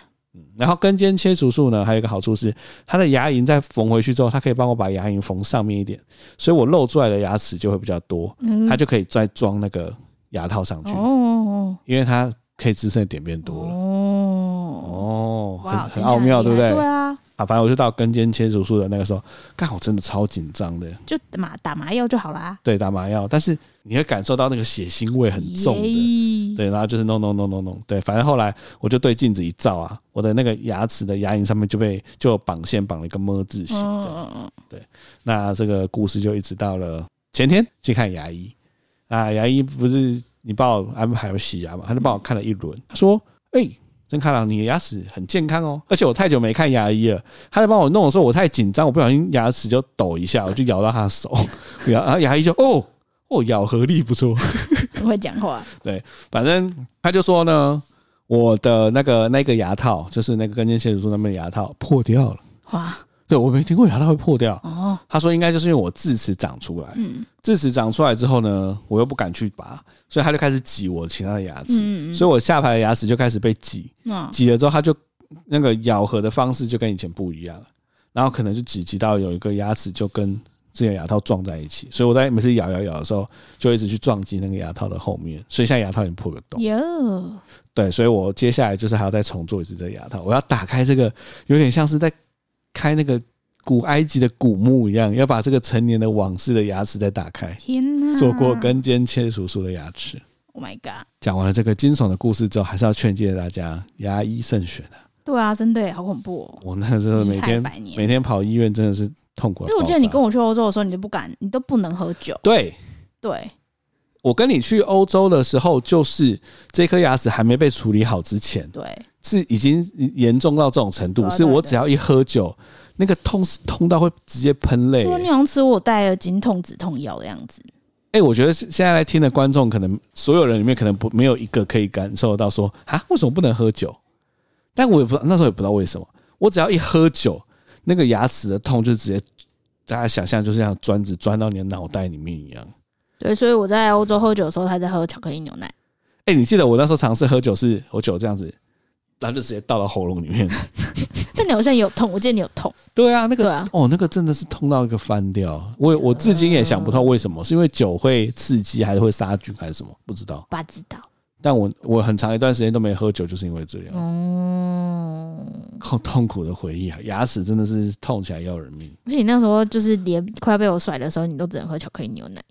[SPEAKER 1] 然后根尖切除术呢，还有一个好处是，它的牙龈再缝回去之后，它可以帮我把牙龈缝上面一点，所以我露出来的牙齿就会比较多，
[SPEAKER 2] 嗯
[SPEAKER 1] 它就可以再装那个牙套上去
[SPEAKER 2] 哦，哦
[SPEAKER 1] 因为它可以支撑的点变
[SPEAKER 2] 哦
[SPEAKER 1] 多了。
[SPEAKER 2] 哦，
[SPEAKER 1] 哦，
[SPEAKER 2] 哇，
[SPEAKER 1] 很很
[SPEAKER 2] 听起来
[SPEAKER 1] 奥妙，对不
[SPEAKER 2] 很厉害
[SPEAKER 1] 对
[SPEAKER 2] 对？啊，
[SPEAKER 1] 啊，反正我就到跟监切除术的那个时候，干我真的超紧张的，
[SPEAKER 2] 就麻打麻药就好啦。
[SPEAKER 1] 对，打麻药，但是你会感受到那个血腥味很重的。
[SPEAKER 2] 耶
[SPEAKER 1] 对，然后就是弄弄弄弄弄，对，反正后来我就对镜子一照啊，我的那个牙齿的牙龈上面就被就有绑线绑了一个么字形。这样
[SPEAKER 2] 嗯嗯
[SPEAKER 1] 那这个故事就一直到了前天去看牙医，啊，牙医不是你帮我安排洗牙嘛，他就帮我看了一轮，他说：“哎、曾开朗，你的牙齿很健康哦，而且我太久没看牙医了。”他在帮我弄的时候，我太紧张，我不小心牙齿就抖一下，我就咬到他的手， 然后牙医就哦。哦，咬合力不错。
[SPEAKER 2] 嗯，会讲话，
[SPEAKER 1] 反正他就说呢，我的那个那个牙套，就是那个根尖切除术那边的牙套破掉了。
[SPEAKER 2] 哇
[SPEAKER 1] 对我没听过牙套会破掉。
[SPEAKER 2] 哦，
[SPEAKER 1] 他说应该就是因为我智齿长出来，
[SPEAKER 2] 嗯
[SPEAKER 1] 智齿长出来之后呢，我又不敢去拔，所以他就开始挤我其他的牙齿，
[SPEAKER 2] 嗯，
[SPEAKER 1] 所以我下排的牙齿就开始被挤，
[SPEAKER 2] 以嗯
[SPEAKER 1] 挤了之后，它就那个咬合的方式就跟以前不一样了，然后可能就挤挤到有一个牙齿就跟之前牙套撞在一起，所以我在每次咬咬咬的时候，就一直去撞击那个牙套的后面，所以现在牙套已经破个洞。
[SPEAKER 2] 哟，
[SPEAKER 1] 对，所以我接下来就是还要再重做一次这个牙套，我要打开这个有点像是在开那个古埃及的古墓一样，要把这个成年的往事的牙齿再打开。
[SPEAKER 2] 天哪，
[SPEAKER 1] 做过根尖切除术的牙齿。
[SPEAKER 2] ，Oh my god，
[SPEAKER 1] 讲完了这个惊悚的故事之后，还是要劝诫大家牙医慎选啊！
[SPEAKER 2] 对啊，真的耶好恐怖哦，
[SPEAKER 1] 我那时候每天
[SPEAKER 2] 遗憾百年
[SPEAKER 1] 每天跑医院真的是痛苦。
[SPEAKER 2] 因为我记得你跟
[SPEAKER 1] 我
[SPEAKER 2] 我去欧洲的时候，你都不敢，你都不能喝酒，
[SPEAKER 1] 对
[SPEAKER 2] 对，
[SPEAKER 1] 我跟你去欧洲的时候，就是这颗牙齿还没被处理好之前，
[SPEAKER 2] 对，
[SPEAKER 1] 是已经严重到这种程
[SPEAKER 2] 对
[SPEAKER 1] 度，
[SPEAKER 2] 啊
[SPEAKER 1] 是
[SPEAKER 2] 对啊
[SPEAKER 1] 我
[SPEAKER 2] 对啊
[SPEAKER 1] 只要一喝酒，那个痛是痛到会直接喷泪
[SPEAKER 2] 对
[SPEAKER 1] 欸、
[SPEAKER 2] 啊，你好像吃我带了经痛止痛药的样子，
[SPEAKER 1] 哎、我觉得现在来听的观众，可能所有人里面可能不没有一个可以感受到说啊，为什么不能喝酒？但我也不知道那时候也不知道为什么，我只要一喝酒，那个牙齿的痛就直接，大家想象就是像钻子钻到你的脑袋里面一样。
[SPEAKER 2] 对，所以我在欧洲喝酒的时候，他在喝巧克力牛奶，
[SPEAKER 1] 哎、你记得我那时候尝试喝酒是，我酒这样子，然后就直接倒到喉咙里面。
[SPEAKER 2] 但你好像也有痛，我记得你有痛，
[SPEAKER 1] 对啊，那
[SPEAKER 2] 对
[SPEAKER 1] 个
[SPEAKER 2] 啊，
[SPEAKER 1] 哦，那个真的是痛到一个翻掉。我也我至今也想不透为什么，是因为酒会刺激，还是会杀菌，还是什么？不知道。
[SPEAKER 2] 不知道，
[SPEAKER 1] 但我我很长一段时间都没喝酒，就是因为这 样。
[SPEAKER 2] 嗯。
[SPEAKER 1] 痛痛苦的回忆啊，牙齿真的是痛起来要人命。
[SPEAKER 2] 而且你那时候就是连快要被我甩的时候，你都只能喝巧克力牛奶。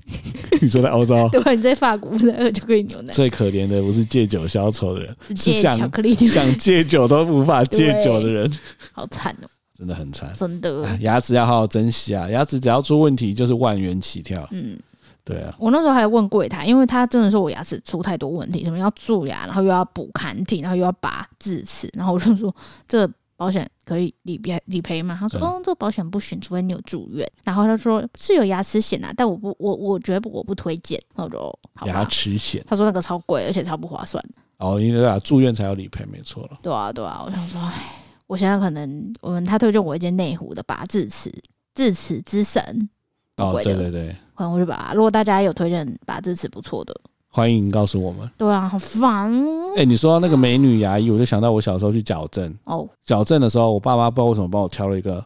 [SPEAKER 1] 你说在欧洲
[SPEAKER 2] 对吧？你在法国不能喝巧克力牛 奶，
[SPEAKER 1] 最可怜的不是戒酒消愁的 人，
[SPEAKER 2] 直接巧克力牛奶，
[SPEAKER 1] 想戒酒都无法戒酒的人，
[SPEAKER 2] 好惨哦、
[SPEAKER 1] 真的很惨。
[SPEAKER 2] 真的
[SPEAKER 1] 哎。牙齿要好好珍惜啊！牙齿只要出问题就是万元起跳。
[SPEAKER 2] 嗯，
[SPEAKER 1] 对啊，
[SPEAKER 2] 我那时候还问柜台，因为他真的说我牙齿出太多问题，什么要蛀牙，然后又要补龛体，然后又要拔智齿，然后我就说这保险可以理赔理赔吗？他说
[SPEAKER 1] 对
[SPEAKER 2] 哦，这个保险不行，除非你有住院。然后他说是有牙齿险啊，但我不我我觉得我不推荐。然后我就哦好
[SPEAKER 1] 牙
[SPEAKER 2] 吧。
[SPEAKER 1] 齿险
[SPEAKER 2] 他说那个超贵，而且超不划算。
[SPEAKER 1] 哦，因为对啊，住院才有理赔，没错了。
[SPEAKER 2] 对啊，对啊，我想说，唉，我现在可能，我们他推荐我一间内湖的拔智齿，智齿之神，
[SPEAKER 1] 哦，
[SPEAKER 2] 贵
[SPEAKER 1] 对
[SPEAKER 2] 的
[SPEAKER 1] 对对，
[SPEAKER 2] 可能我就把它。如果大家有推荐拔智齿不错的，
[SPEAKER 1] 欢迎告诉我们。
[SPEAKER 2] 对啊，好烦哦
[SPEAKER 1] 哎、你说到那个美女牙医，我就想到我小时候去矫正，
[SPEAKER 2] 哦，
[SPEAKER 1] 矫正的时候，我爸妈不知道为什么帮我挑了一个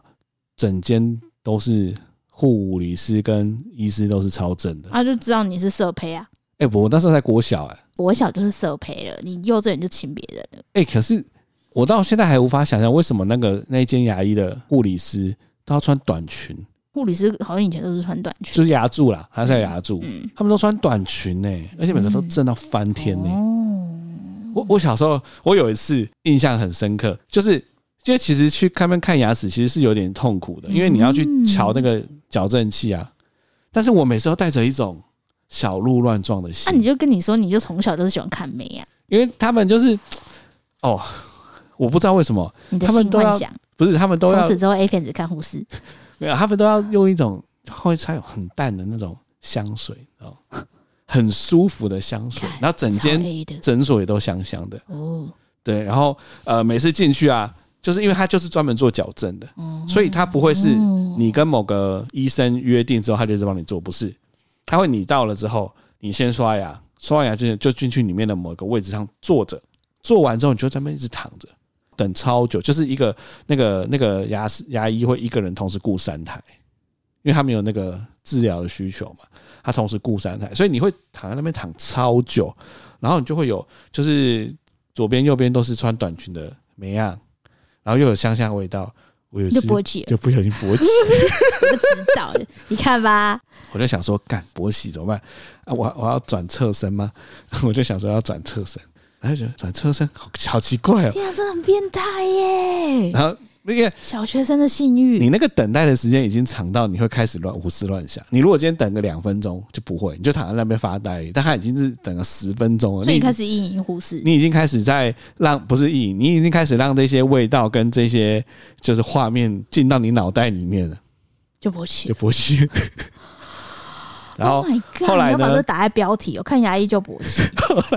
[SPEAKER 1] 整间都是护理师跟医师都是超正的。哎、
[SPEAKER 2] 他啊就知道你是色胚啊。
[SPEAKER 1] 我那时候才国小哎、
[SPEAKER 2] 我小就是色胚了，你幼稚园就请别人了，
[SPEAKER 1] 哎、可是我到现在还无法想象为什么那个那一间牙医的护理师都要穿短裙，
[SPEAKER 2] 护理师好像以前都是穿短
[SPEAKER 1] 就
[SPEAKER 2] 裙，
[SPEAKER 1] 是牙柱啦，他是牙柱，
[SPEAKER 2] 嗯，
[SPEAKER 1] 他们都穿短裙呢、哎而且每个都正到翻天欸哎呢、
[SPEAKER 2] 哦，
[SPEAKER 1] 我我小时候，我有一次印象很深刻，就是就其实去看边看牙齿，其实是有点痛苦的，因为你要去
[SPEAKER 2] 嗯
[SPEAKER 1] 瞧那个矫正器啊。但是我每次都带着一种小鹿乱撞的
[SPEAKER 2] 啊那、你
[SPEAKER 1] 心，
[SPEAKER 2] 就跟你说，你就从小就是喜欢看美啊，
[SPEAKER 1] 因为他们就是哦，我不知道为什么，
[SPEAKER 2] 你的
[SPEAKER 1] 他们
[SPEAKER 2] 性
[SPEAKER 1] 都要
[SPEAKER 2] 幻想，
[SPEAKER 1] 不是他们都
[SPEAKER 2] 从
[SPEAKER 1] 要
[SPEAKER 2] 此之后 A 片只看护士，
[SPEAKER 1] 没有，他们都要用一种会擦有很淡的那种香水，然后很舒服的香水，然后整
[SPEAKER 2] 超
[SPEAKER 1] 间
[SPEAKER 2] A 的
[SPEAKER 1] 诊所也都香香的。
[SPEAKER 2] 哦，
[SPEAKER 1] 对，然后呃，每次进去啊，就是因为他就是专门做矫正的，
[SPEAKER 2] 哦
[SPEAKER 1] 所以他不会是
[SPEAKER 2] 哦
[SPEAKER 1] 你跟某个医生约定之后，他就是帮你做，不是？他会你到了之后，你先刷牙，刷完牙就就进去里面的某个位置上坐着，做完之后你就在那边一直躺着，等超久，就是一个那个那个牙师牙医会一个人同时顾三台，因为他们有那个治疗的需求嘛，他同时顾三台，所以你会躺在那边躺超久，然后你就会有就是左边右边都是穿短裙的美亚，然后又有香香的味道，我有一
[SPEAKER 2] 就
[SPEAKER 1] 次
[SPEAKER 2] 勃起了，
[SPEAKER 1] 就不小心勃起，
[SPEAKER 2] 我就知道了，你看吧，
[SPEAKER 1] 我就想说，干勃起怎么办？啊，我我要转侧身吗？ 我就想说要转侧身，然后就觉得转侧身好好奇怪哦。
[SPEAKER 2] 天啊，真的很变态耶！
[SPEAKER 1] 然后那个
[SPEAKER 2] 小学生的性欲，
[SPEAKER 1] 你那个等待的时间已经长到你会开始乱胡思乱想。你如果今天等个两分钟就不会，你就躺在那边发呆而已。但他已经是等了十分钟了，
[SPEAKER 2] 所
[SPEAKER 1] 已
[SPEAKER 2] 以你
[SPEAKER 1] 经
[SPEAKER 2] 开始意淫忽视，
[SPEAKER 1] 你已经开始在让不是意淫，你已经开始让这些味道跟这些就是画面进到你脑袋里面了，
[SPEAKER 2] 就勃起
[SPEAKER 1] 就
[SPEAKER 2] 了。
[SPEAKER 1] 勃 起。然后
[SPEAKER 2] Oh my God,
[SPEAKER 1] 后来
[SPEAKER 2] 你要把
[SPEAKER 1] 呢
[SPEAKER 2] 这打在标题，我看牙医就勃 起，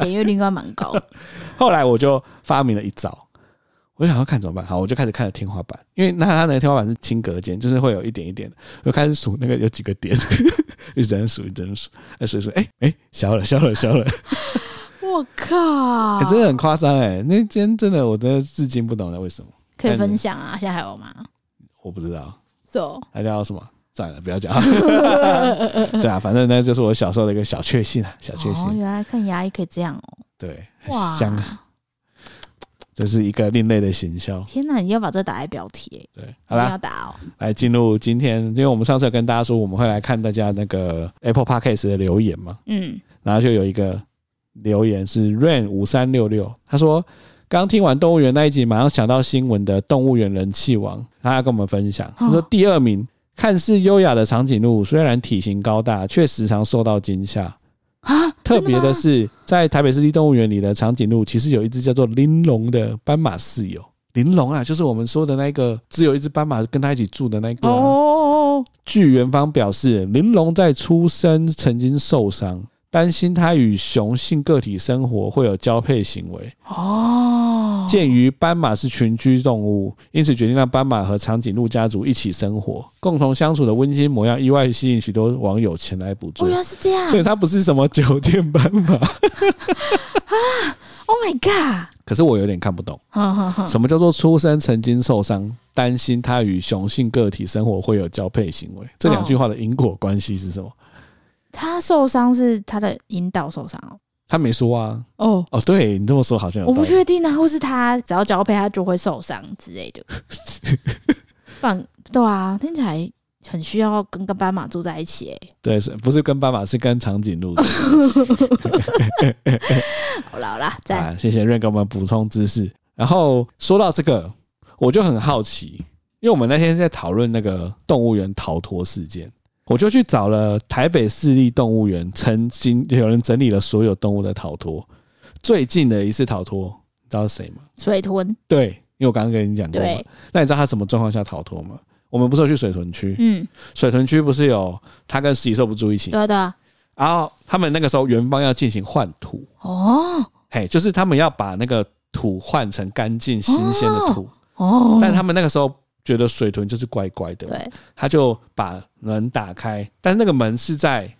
[SPEAKER 2] 点阅率应该蛮高的。
[SPEAKER 1] 后来我就发明了一招，我就想要看怎么办，好，我就开始看了天花板，因为那它的天花板是轻隔间，就是会有一点一点的，我就开始数那个有几个点， 一直在数，一直在数，哎，数一数，哎、哎、消了，消了，消了，
[SPEAKER 2] 我靠，
[SPEAKER 1] 哎、真的很夸张哎，那间真的我真的至今不懂了为什么，
[SPEAKER 2] 可以分享啊！现在还有
[SPEAKER 1] 哎
[SPEAKER 2] 吗？
[SPEAKER 1] 我不知道
[SPEAKER 2] 走、
[SPEAKER 1] 它叫什么，算了，不 要讲，对啊，反正那就是我小时候的一个小确幸啊，小确
[SPEAKER 2] 哦，
[SPEAKER 1] 幸，
[SPEAKER 2] 原来看牙医可以这样哦！
[SPEAKER 1] 对，很
[SPEAKER 2] 哇，
[SPEAKER 1] 香啊，这是一个另类的行销，
[SPEAKER 2] 天哪，你要把这打在标题耶，
[SPEAKER 1] 对，
[SPEAKER 2] 一
[SPEAKER 1] 好
[SPEAKER 2] 定
[SPEAKER 1] 啦。
[SPEAKER 2] 要打哦！
[SPEAKER 1] 来进入今天，因为我们上次有跟大家说我们会来看大家那个 Apple Podcast 的留言嘛，
[SPEAKER 2] 嗯，
[SPEAKER 1] 然后就有一个留言是 Rain 五三六六，他说刚听完动物园那一集，马上想到新闻的动物园人气王，他要跟我们分享，他说
[SPEAKER 2] 哦
[SPEAKER 1] 第二名。看似优雅的长颈鹿，虽然体型高大，却时常受到惊吓。
[SPEAKER 2] 啊，
[SPEAKER 1] 特别的
[SPEAKER 2] 真吗
[SPEAKER 1] 是，在台北市立动物园里的长颈鹿，其实有一只叫做玲珑的斑马室友。玲珑啊，就是我们说的那个只有一只斑马跟他一起住的那个、啊。
[SPEAKER 2] 哦，
[SPEAKER 1] 据园方表示，玲珑在出生曾经受伤，担心它与雄性个体生活会有交配行为。
[SPEAKER 2] 哦，
[SPEAKER 1] 鉴于斑马是群居动物，因此决定让斑马和长颈鹿家族一起生活，共同相处的温馨模样意外吸引许多网友前来捕
[SPEAKER 2] 哦，
[SPEAKER 1] 捉
[SPEAKER 2] 原。来是这样
[SPEAKER 1] 所以它不是什么酒店斑马，
[SPEAKER 2] ！Oh my god！
[SPEAKER 1] 可是我有点看不懂，
[SPEAKER 2] 哈哈哈，
[SPEAKER 1] 什么叫做出生曾经受伤，担心它与雄性个体生活会有交配行为？这两句话的因果关系是什
[SPEAKER 2] 哦
[SPEAKER 1] 么？
[SPEAKER 2] 他受伤是他的引导受伤哦。
[SPEAKER 1] 他没说啊，
[SPEAKER 2] 哦，
[SPEAKER 1] 哦，对你这么说好像有
[SPEAKER 2] 我
[SPEAKER 1] 道理。
[SPEAKER 2] 不确定啊，或是他只要交配他就会受伤之类 的。棒，对啊，听起来很需要跟跟斑马住在一起欸诶、
[SPEAKER 1] 对，是不是跟斑马是跟长颈鹿的？
[SPEAKER 2] 好啦好啦，赞，
[SPEAKER 1] 啊，谢谢瑞给我们补充知识。然后说到这个，我就很好奇，因为我们那天在讨论那个动物园逃脱事件，我就去找了台北市立动物园曾经有人整理了所有动物的逃脱，最近的一次逃脱，你知道是谁吗？
[SPEAKER 2] 水豚，
[SPEAKER 1] 对，因为我刚刚跟你讲过嘛
[SPEAKER 2] 对。，
[SPEAKER 1] 那你知道他什么状况下逃脱吗？我们不是有去水豚区？
[SPEAKER 2] 嗯，
[SPEAKER 1] 水豚区不是有他跟食蚁兽不住一起
[SPEAKER 2] 对？啊对啊，
[SPEAKER 1] 然后他们那个时候园方要进行换土，
[SPEAKER 2] 哦
[SPEAKER 1] 嘿，就是他们要把那个土换成干净新鲜的土，
[SPEAKER 2] 哦，
[SPEAKER 1] 但他们那个时候觉得水豚就是乖乖的，
[SPEAKER 2] 对
[SPEAKER 1] 他就把门打开，但是那个门是在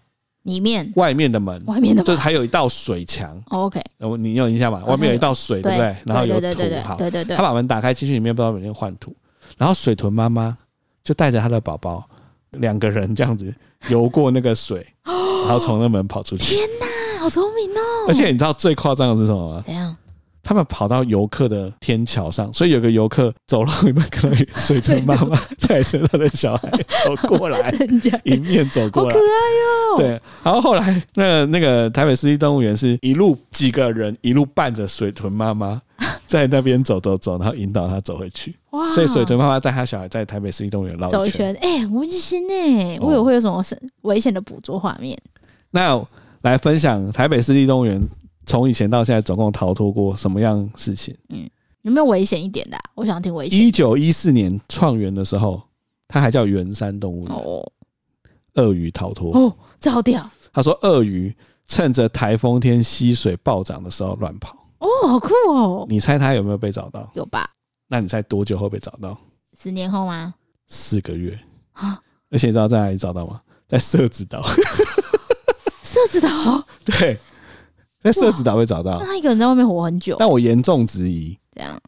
[SPEAKER 2] 里面
[SPEAKER 1] 外面的门，
[SPEAKER 2] 外面的
[SPEAKER 1] 就是还有一道水墙，
[SPEAKER 2] 哦 OK，
[SPEAKER 1] 呃你有印象吗？
[SPEAKER 2] 好像有
[SPEAKER 1] 外面有一道水，对不对？然后有
[SPEAKER 2] 对对对对
[SPEAKER 1] 土，好，
[SPEAKER 2] 对对对
[SPEAKER 1] 他
[SPEAKER 2] 对，
[SPEAKER 1] 把门打开进去里面，不知道里面换土，然后水豚妈妈就带着她的宝宝两个人这样子游过那个 水，然后从那门跑出去。
[SPEAKER 2] 天哪，好聪明哦，
[SPEAKER 1] 而且你知道最夸张的是什么吗？
[SPEAKER 2] 怎样？
[SPEAKER 1] 他们跑到游客的天桥上，所以有个游客走到一半，看到一个水豚妈 妈带着他的小孩走过来，
[SPEAKER 2] 人家
[SPEAKER 1] 迎面走
[SPEAKER 2] 好
[SPEAKER 1] 过
[SPEAKER 2] 可
[SPEAKER 1] 来
[SPEAKER 2] 爱。哦，
[SPEAKER 1] 对，然后后来那个那个台北市立动物园是一路几个人一路伴着水豚妈 妈在那边走走走，然后引导他走回去。
[SPEAKER 2] 哇，
[SPEAKER 1] 所以水豚妈妈带他小孩在台北市立动物园绕
[SPEAKER 2] 走
[SPEAKER 1] 一
[SPEAKER 2] 一
[SPEAKER 1] 圈。哦
[SPEAKER 2] 圈，哎、很温馨哎、我以为会有什么是危险的捕捉画面，
[SPEAKER 1] 那来分享台北市立动物园从以前到现在总共逃脱过什么样事情？
[SPEAKER 2] 有没有危险一点的啊、我想听危险
[SPEAKER 1] 一九一四年创园的时候，它还叫圆山动物园，
[SPEAKER 2] 哦
[SPEAKER 1] 鳄鱼逃脱。
[SPEAKER 2] 哦，这好屌
[SPEAKER 1] 他说，鳄鱼趁着台风天溪水暴涨的时候乱跑。
[SPEAKER 2] 哦，好酷哦，
[SPEAKER 1] 你猜它有没有被找到？
[SPEAKER 2] 有吧？
[SPEAKER 1] 那你猜多久后被找到？
[SPEAKER 2] 十年后吗？
[SPEAKER 1] 四个月
[SPEAKER 2] 啊。
[SPEAKER 1] 而且你知道在哪里找到吗？在社子岛。
[SPEAKER 2] 射子岛，
[SPEAKER 1] 对，在社子岛被找到
[SPEAKER 2] 那。他一个人在外面活很久，
[SPEAKER 1] 但我严重质疑，
[SPEAKER 2] 这样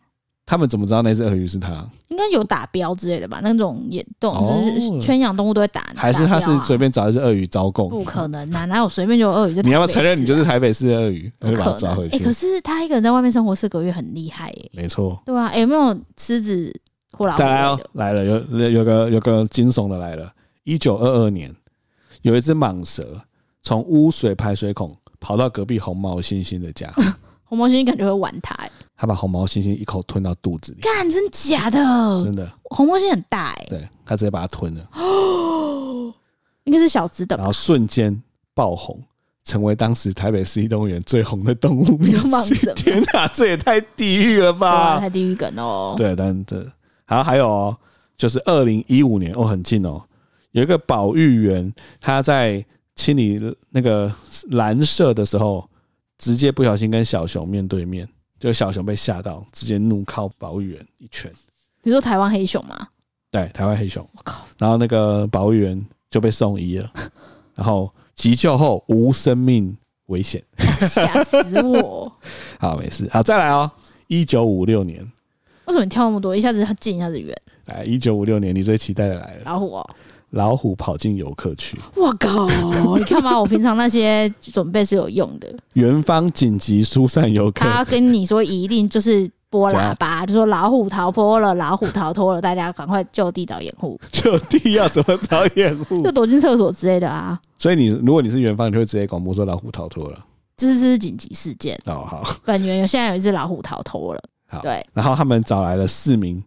[SPEAKER 1] 他们怎么知道那只鳄鱼是他？
[SPEAKER 2] 应该有打标之类的吧？那种也动
[SPEAKER 1] 哦
[SPEAKER 2] 就是圈养动物都会打，
[SPEAKER 1] 还是
[SPEAKER 2] 打
[SPEAKER 1] 他
[SPEAKER 2] 标啊
[SPEAKER 1] 是随便找一只鳄鱼招供？
[SPEAKER 2] 不可能啊！哪有随便就有鳄鱼在 台北市啊？
[SPEAKER 1] 你要不要承认你就是台北市的鳄鱼？
[SPEAKER 2] 不
[SPEAKER 1] 那就把它
[SPEAKER 2] 可
[SPEAKER 1] 抓
[SPEAKER 2] 能
[SPEAKER 1] 回？
[SPEAKER 2] 哎，
[SPEAKER 1] 去
[SPEAKER 2] 可。是他一个人在外面生活四个月，很厉害耶。
[SPEAKER 1] 没错。
[SPEAKER 2] 对啊，哎有没有狮子或老虎
[SPEAKER 1] 再
[SPEAKER 2] 之
[SPEAKER 1] 来
[SPEAKER 2] 类
[SPEAKER 1] 哦
[SPEAKER 2] 的？，
[SPEAKER 1] 来了，有有个有个惊悚的来了。一九二二年，有一只蟒蛇从污水排水孔跑到隔壁红毛猩猩的家，
[SPEAKER 2] 嗯红毛猩猩感觉会玩它，哎，
[SPEAKER 1] 它把红毛猩猩一口吞到肚子里，
[SPEAKER 2] 干，真假的？
[SPEAKER 1] 真的，
[SPEAKER 2] 红毛猩很大哎，
[SPEAKER 1] 对，它直接把它吞了，
[SPEAKER 2] 应该是小只的吧
[SPEAKER 1] 然后瞬间爆红，成为当时台北市立动物园最红的动物明
[SPEAKER 2] 你说蟒蛇
[SPEAKER 1] 星。
[SPEAKER 2] 吗
[SPEAKER 1] 天哪、这也太地狱了
[SPEAKER 2] 对啊，
[SPEAKER 1] 吧！
[SPEAKER 2] 太地狱梗哦。
[SPEAKER 1] 对，但这然后还有哦，就是二零一五年哦，很近哦，有一个保育员他在清理那个蓝舍的时候，直接不小心跟小熊面对面，就小熊被吓到，直接怒靠保育员一拳，
[SPEAKER 2] 你说台湾黑熊吗？
[SPEAKER 1] 对，台湾黑熊，
[SPEAKER 2] 我靠，
[SPEAKER 1] 然后那个保育员就被送医了， 然后急救后无生命危险。
[SPEAKER 2] 吓死我！
[SPEAKER 1] 好，没事，好，再来哦，一九五六年，
[SPEAKER 2] 为什么你跳那么多？一下子近，一下子远，
[SPEAKER 1] 来，一九五六年，你最期待的来了，
[SPEAKER 2] 老虎哦！
[SPEAKER 1] 老虎跑进游客区。
[SPEAKER 2] 我靠，你 看嘛，我平常那些准备是有用的。
[SPEAKER 1] 元方紧急疏散游客，
[SPEAKER 2] 他跟你说一定就是拨
[SPEAKER 1] 怎
[SPEAKER 2] 喇
[SPEAKER 1] 样
[SPEAKER 2] 叭，就说老虎逃脱了，老虎逃脱了，大家赶快就地找掩护，
[SPEAKER 1] 就地要怎么找掩护
[SPEAKER 2] 就？躲进厕所之类的啊。
[SPEAKER 1] 所以你如果你是元方，你会直接广播说老虎逃脱了。
[SPEAKER 2] 就是这是紧急事件，
[SPEAKER 1] 哦，好
[SPEAKER 2] 本园有现在有一只老虎逃脱了，
[SPEAKER 1] 好。
[SPEAKER 2] 对
[SPEAKER 1] 然后他们找来了四名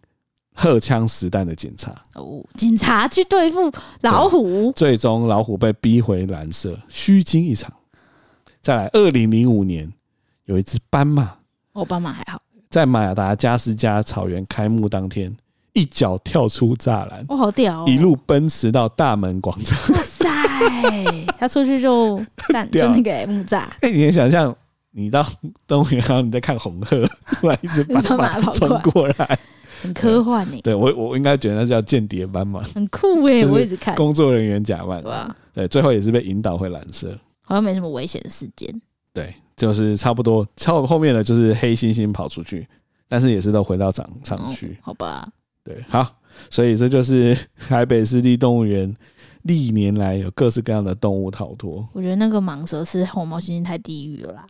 [SPEAKER 1] 荷枪实弹的警察，
[SPEAKER 2] 哦，警察去对付老虎，
[SPEAKER 1] 最终老虎被逼回蓝色，虚惊一场。再来，二零零五年有一只斑马
[SPEAKER 2] 奥巴哦马还好，
[SPEAKER 1] 在马达加斯加草原开幕当天，一脚跳出栅栏，
[SPEAKER 2] 我、好屌哦，
[SPEAKER 1] 一路奔驰到大门广场。
[SPEAKER 2] 哇塞，他出去就 散就
[SPEAKER 1] 屌
[SPEAKER 2] 那个木栅，
[SPEAKER 1] 哎、你能想象你到动物园，然后你在看红鹤， 突然一只斑
[SPEAKER 2] 斑马
[SPEAKER 1] 马
[SPEAKER 2] 跑
[SPEAKER 1] 冲
[SPEAKER 2] 过来
[SPEAKER 1] 过来，
[SPEAKER 2] 很科幻呢、
[SPEAKER 1] 对我我应该觉得那叫间谍斑马，
[SPEAKER 2] 很酷哎、
[SPEAKER 1] 就是
[SPEAKER 2] 我一直看，
[SPEAKER 1] 工作人员假扮
[SPEAKER 2] 对吧、
[SPEAKER 1] 的，对，最后也是被引导回蓝色，
[SPEAKER 2] 好像没什么危险的事件，
[SPEAKER 1] 对，就是差不多，后后面的就是黑猩猩跑出去，但是也是都回到场场区，
[SPEAKER 2] 好吧？
[SPEAKER 1] 对，好，所以这就是 台北市立动物园历年来有各式各样的动物逃脱，
[SPEAKER 2] 我觉得那个蟒蛇是红毛猩猩太地狱了啦，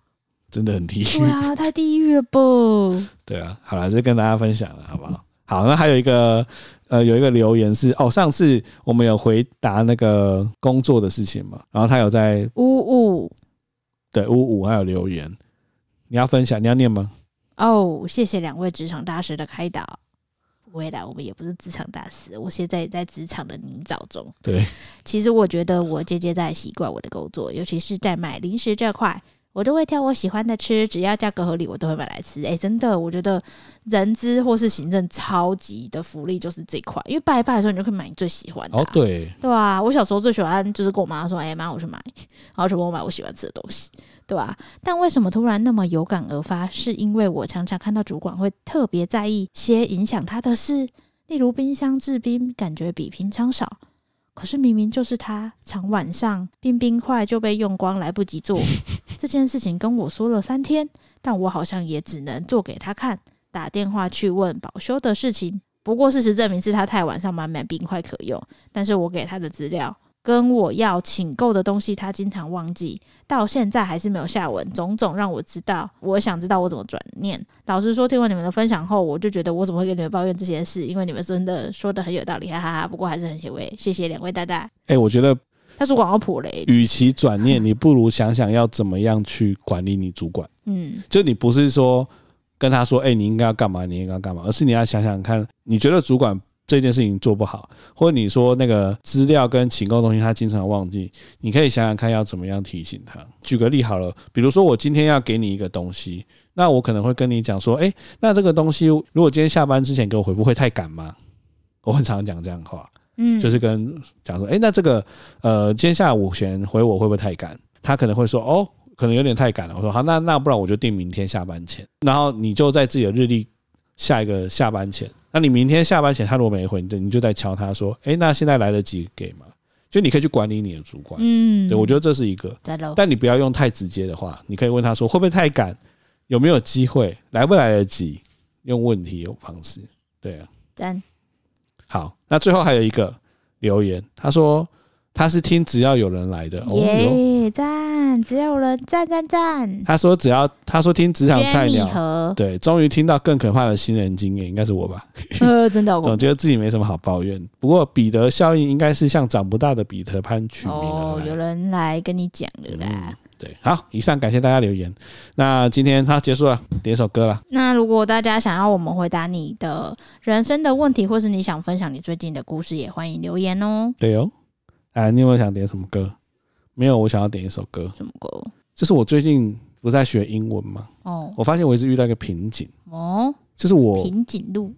[SPEAKER 1] 真的很地
[SPEAKER 2] 对
[SPEAKER 1] 狱，
[SPEAKER 2] 啊，太地狱了不？
[SPEAKER 1] 对啊，好了，就跟大家分享了，好不好？好，那还有一个呃，有一个留言是哦，上次我们有回答那个工作的事情嘛，然后他有在
[SPEAKER 2] 呜呜
[SPEAKER 1] 对五五还有留言，你要分享，你要念吗？
[SPEAKER 2] 哦！谢谢两位职场大师的开导。不会啦，我们也不是职场大师，我现在也在职场的泥沼中。
[SPEAKER 1] 对，
[SPEAKER 2] 其实我觉得我渐渐在习惯我的工作，尤其是在买零食这块，我都会挑我喜欢的吃，只要价格合理，我都会买来吃。哎，真的，我觉得人资或是行政超级的福利就是这一块，因为拜一拜的时候你就可以买你最喜欢的、啊
[SPEAKER 1] 哦，对，
[SPEAKER 2] 对啊，我小时候最喜欢就是跟我妈说：“哎、妈，我去买，然后去帮我买我喜欢吃的东西，对吧、但为什么突然那么有感而发？是因为我常常看到主管会特别在意些影响他的事，例如冰箱制冰，感觉比平常少。可是明明就是他，常晚上冰冰块就被用光，来不及做这件事情，跟我说了三天，但我好像也只能做给他看，打电话去问保修的事情。不过事实证明是他太晚上满满冰块可用，但是我给他的资料跟我要请购的东西，他经常忘记，到现在还是没有下文，种种让我知道，我想知道我怎么转念。老实说，听完你们的分享后，我就觉得我怎么会跟你们抱怨这些事，因为你们真的说的很有道理，哈哈哈。不过还是很欣慰，谢谢两位大大。
[SPEAKER 1] 哎、我觉得
[SPEAKER 2] 他是广告普雷，
[SPEAKER 1] 与其转念，你不如想想要怎么样去管理你主管。
[SPEAKER 2] 嗯，
[SPEAKER 1] 就你不是说跟他说，哎、你应该要干嘛，你应该要干嘛，而是你要想想看，你觉得主管这件事情做不好，或者你说那个资料跟请购东西他经常忘记，你可以想想看要怎么样提醒他。举个例好了，比如说我今天要给你一个东西，那我可能会跟你讲说，哎、那这个东西如果今天下班之前给我回复，会太赶吗？我很常讲这样的话，
[SPEAKER 2] 嗯，
[SPEAKER 1] 就是跟讲说，哎、那这个呃，今天下午前回我会不会太赶？他可能会说，哦，可能有点太赶了。我说好，那那不然我就定明天下班前，然后你就在自己的日历下一个下班前。那你明天下班前他如果没回，你就你就再敲他说，哎、那现在来得及给吗？就你可以去管理你的主管，
[SPEAKER 2] 嗯，哦
[SPEAKER 1] 对我觉得这是一个，
[SPEAKER 2] 在 喽，
[SPEAKER 1] 但你不要用太直接的话，你可以问他说会不会太赶，有没有机会，来不来得及，用问题有方式，对啊。
[SPEAKER 2] 赞，
[SPEAKER 1] 好，那最后还有一个留言，他说他是听只要有人来的，哦哟，
[SPEAKER 2] 耶，赞，只有人赞赞赞，
[SPEAKER 1] 他说只要他说听职场菜
[SPEAKER 2] 蜜
[SPEAKER 1] 鸟，
[SPEAKER 2] 合，
[SPEAKER 1] 对，终于听到更可怕的新人经验，应该是我吧，
[SPEAKER 2] 呃，真的好恐
[SPEAKER 1] 总
[SPEAKER 2] 怖
[SPEAKER 1] 觉得自己没什么好抱怨。不过彼得效应应该是向长不大的彼得潘取名而
[SPEAKER 2] 哦，
[SPEAKER 1] 来
[SPEAKER 2] 有人来跟你讲了啦
[SPEAKER 1] 嗯。，对，好，以上感谢大家留言。那今天好结束了，点一首歌啦。
[SPEAKER 2] 那如果大家想要我们回答你的人生的问题，或是你想分享你最近的故事，也欢迎留言哦。
[SPEAKER 1] 对哦，哎，你有没有想点什么歌？没有，我想要点一首歌，
[SPEAKER 2] 什么歌？
[SPEAKER 1] 就是我最近不是在学英文嘛，
[SPEAKER 2] 哦
[SPEAKER 1] 我发现我一直遇到一个瓶颈，
[SPEAKER 2] 哦，
[SPEAKER 1] 就是我
[SPEAKER 2] 平颈路，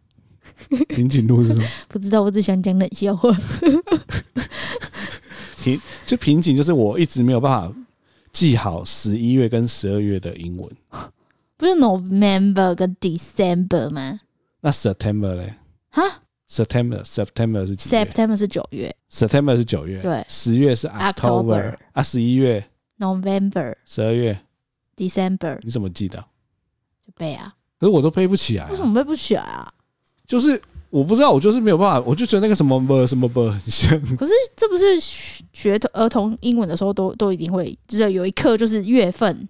[SPEAKER 1] 瓶颈路是什么？
[SPEAKER 2] 不知道，我只想讲冷笑话。
[SPEAKER 1] 瓶就瓶颈就是我一直没有办法记好十一月跟十二月的英文。
[SPEAKER 2] 不是 November 跟 December 吗？
[SPEAKER 1] 那 September 嘞
[SPEAKER 2] 哈
[SPEAKER 1] ？September September 是几月
[SPEAKER 2] ，September 是九月
[SPEAKER 1] ？September 是九月，
[SPEAKER 2] 对
[SPEAKER 1] 十月是
[SPEAKER 2] October
[SPEAKER 1] October 啊，十一月、
[SPEAKER 2] ，November、
[SPEAKER 1] 十二月
[SPEAKER 2] December
[SPEAKER 1] 你怎么记得？
[SPEAKER 2] 就背啊，
[SPEAKER 1] 可是我都背不起来、啊，
[SPEAKER 2] 为什么背不起来啊？
[SPEAKER 1] 就是我不知道，我就是没有办法，我就觉得那个什么么什么么很像。
[SPEAKER 2] 可是这不是学学儿童英文的时候都都一定会，就是有一课就是月份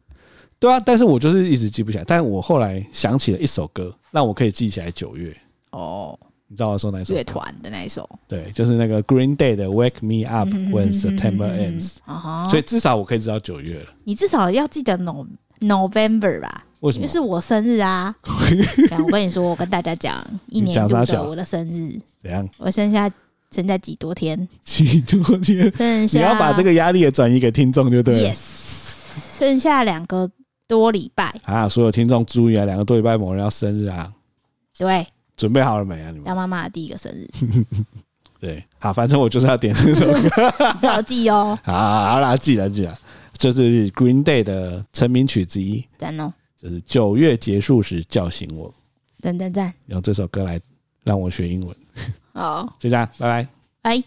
[SPEAKER 1] 对啊，但是我就是一直记不起来。但我后来想起了一首歌，让我可以记起来九月。
[SPEAKER 2] 哦，
[SPEAKER 1] 你知道我说哪一首？
[SPEAKER 2] 乐。团的那一首。
[SPEAKER 1] 对，就是那个 Green Day 的 Wake Me Up
[SPEAKER 2] 嗯
[SPEAKER 1] When September
[SPEAKER 2] 嗯嗯嗯嗯
[SPEAKER 1] Ends。
[SPEAKER 2] 啊哈
[SPEAKER 1] 所以至少我可以知道九月了。
[SPEAKER 2] 你至少要记得 No November 吧，
[SPEAKER 1] 为什
[SPEAKER 2] 因
[SPEAKER 1] 么
[SPEAKER 2] 为？是我生日啊。讲我跟你说，我跟大家讲，一
[SPEAKER 1] 你
[SPEAKER 2] 年
[SPEAKER 1] 讲
[SPEAKER 2] 度
[SPEAKER 1] 啥
[SPEAKER 2] 的
[SPEAKER 1] 小
[SPEAKER 2] 我的生日，
[SPEAKER 1] 怎样？
[SPEAKER 2] 我剩下剩下几多天？
[SPEAKER 1] 几多天？
[SPEAKER 2] 剩下
[SPEAKER 1] 你要把这个压力也转移给听众就对了。
[SPEAKER 2] yes，剩下两个多礼拜，
[SPEAKER 1] 啊，所有听众注意啊，两个多礼拜某人要生日啊，
[SPEAKER 2] 对，
[SPEAKER 1] 准备好了没啊？你们
[SPEAKER 2] 当妈妈的第一个 生日，
[SPEAKER 1] 对，好，反正我就是要点这 首歌。
[SPEAKER 2] 你至少记哦，
[SPEAKER 1] 啊，好啦，记了记了，就是 Green Day 的成名曲之一，
[SPEAKER 2] 赞哦，
[SPEAKER 1] 就是九月结束时叫醒我，
[SPEAKER 2] 赞赞赞，
[SPEAKER 1] 用这首歌来让我学英文。
[SPEAKER 2] 哦。
[SPEAKER 1] 就这样，拜拜。
[SPEAKER 2] 哎